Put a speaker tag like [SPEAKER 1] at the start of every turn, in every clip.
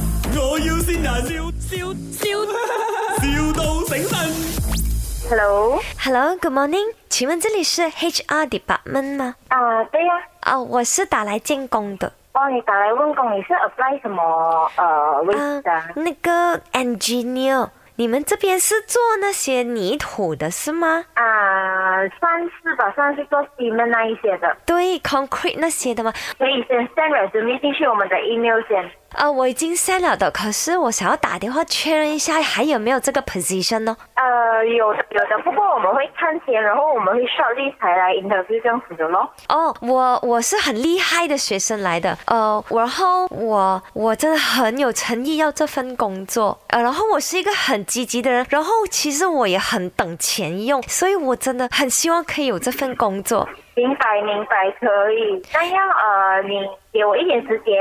[SPEAKER 1] 要先人，笑笑笑，,笑到醒神。
[SPEAKER 2] Hello，
[SPEAKER 3] Hello，Good morning，请问这里是 HR Department 吗？
[SPEAKER 2] 啊，对呀、
[SPEAKER 3] 啊、我是打来进工的。
[SPEAKER 2] 哦，你打来问工，你是 apply 什么呃位
[SPEAKER 3] 啊
[SPEAKER 2] 置啊？
[SPEAKER 3] 那个 engineer，你们这边是做那些泥土的是吗？
[SPEAKER 2] 啊，算是吧，算是做 s e m 那一些的，
[SPEAKER 3] 对，concrete 那些的吗？
[SPEAKER 2] 可以先 send resume 进去我们的 email 先。
[SPEAKER 3] 呃，我已经 send 了的，可是我想要打电话确认一下还有没有这个 position 呢？
[SPEAKER 2] 呃，有的有的，不过我们会看先，然后我们会 short list 才来 interview 这样子的咯。
[SPEAKER 3] 哦，我我是很厉害的学生来的，呃，然后我我真的很有诚意要这份工作，呃，然后我是一个很积极的人，然后其实我也很等钱用，所以我真的很希望可以有这份工作。
[SPEAKER 2] 明白明白，可以。那样呃，你给我一点时间，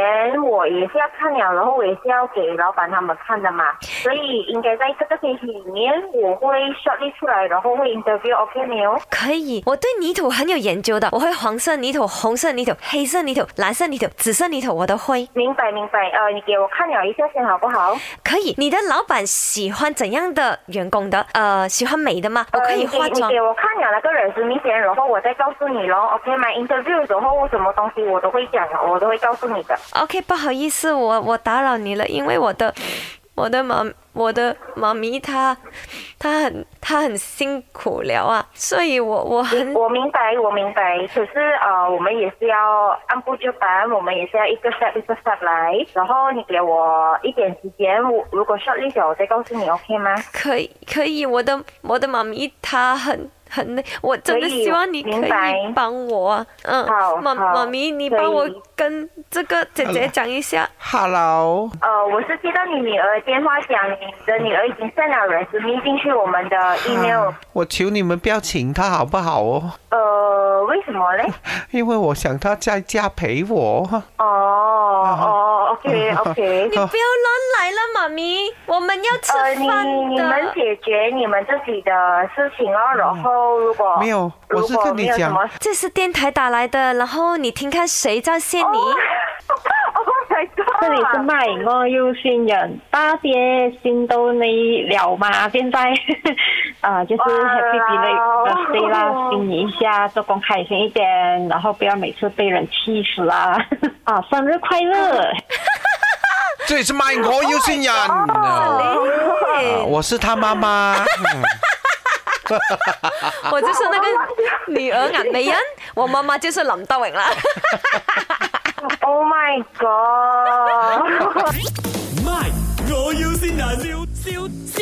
[SPEAKER 2] 我也是要看了，然后我也是要给老板他们看的嘛，所以应该在这个星期里面我会 short list 出来，然后会 interview，OK、没有？
[SPEAKER 3] 可以，我对泥土很有研究的，我会黄色泥土、红色泥土、黑色泥土、蓝色泥土、紫色泥土，我都会。
[SPEAKER 2] 明白明白，呃，你给我看了一下先好不好？
[SPEAKER 3] 可以，你的老板喜欢怎样的员工的？呃，喜欢美的吗？我可以
[SPEAKER 2] 呃、
[SPEAKER 3] 化
[SPEAKER 2] 你给
[SPEAKER 3] 妆
[SPEAKER 2] 你。给我看了那个人是明显，然后我再告诉你咯，OK 吗？interview 的时候什么东西我都会讲的，我都会告诉你的。
[SPEAKER 3] OK，不好意思，我我打扰你了，因为我的我的妈我的妈咪她她很她很辛苦了啊，所以我我很
[SPEAKER 2] 我明白，我明白。可是呃，我们也是要按部就班，我们也是要一个 step 一个 step 来。然后你给我一点时间，我如果 short 一下，我再告诉你，OK 吗？
[SPEAKER 3] 可以可以，我的我的妈咪她很很累，我真的
[SPEAKER 2] 可以
[SPEAKER 3] 希望你可
[SPEAKER 2] 明白
[SPEAKER 3] 以帮我啊，嗯
[SPEAKER 2] 好，
[SPEAKER 3] 妈
[SPEAKER 2] 好
[SPEAKER 3] 妈咪你
[SPEAKER 2] 可
[SPEAKER 3] 帮我
[SPEAKER 2] 以
[SPEAKER 3] 跟这个姐姐讲一下。
[SPEAKER 4] Hello，
[SPEAKER 2] 呃，我是接到你女儿的电话讲，你的女儿已经 send 了 resume 进去我们的 email。
[SPEAKER 4] 我求你们不要请他好不好哦？
[SPEAKER 2] 呃，为什么嘞？
[SPEAKER 4] 因为我想他在家陪我。
[SPEAKER 2] 哦哦，OK OK
[SPEAKER 3] 你。不要乱来了，妈咪，我们要吃
[SPEAKER 2] 呃，
[SPEAKER 3] 饭
[SPEAKER 2] 你
[SPEAKER 3] 的。
[SPEAKER 2] 你们解决你们自己的事情哦，然后如果
[SPEAKER 4] 嗯没有我是
[SPEAKER 2] 如果
[SPEAKER 4] 跟你
[SPEAKER 2] 没有什
[SPEAKER 4] 讲
[SPEAKER 2] 么
[SPEAKER 3] 这是电台打来的，然后你听看谁在线你。
[SPEAKER 2] 哦 Oh my god！
[SPEAKER 5] 这里是卖，我要新人，大姐先到你了吗？现在， 啊，就是
[SPEAKER 2] 哇
[SPEAKER 5] Happy Birthday 啦，新年一下，做工开心一点，然后不要每次被人气死啦。 啊，生日快乐！
[SPEAKER 4] 这里是卖我要新人，
[SPEAKER 3] 哦
[SPEAKER 4] 啊我是他妈妈。
[SPEAKER 3] 我就是那个女儿眼美人，我妈妈就是林德荣啦。
[SPEAKER 2] Oh my god！
[SPEAKER 1] My，我要先人，笑笑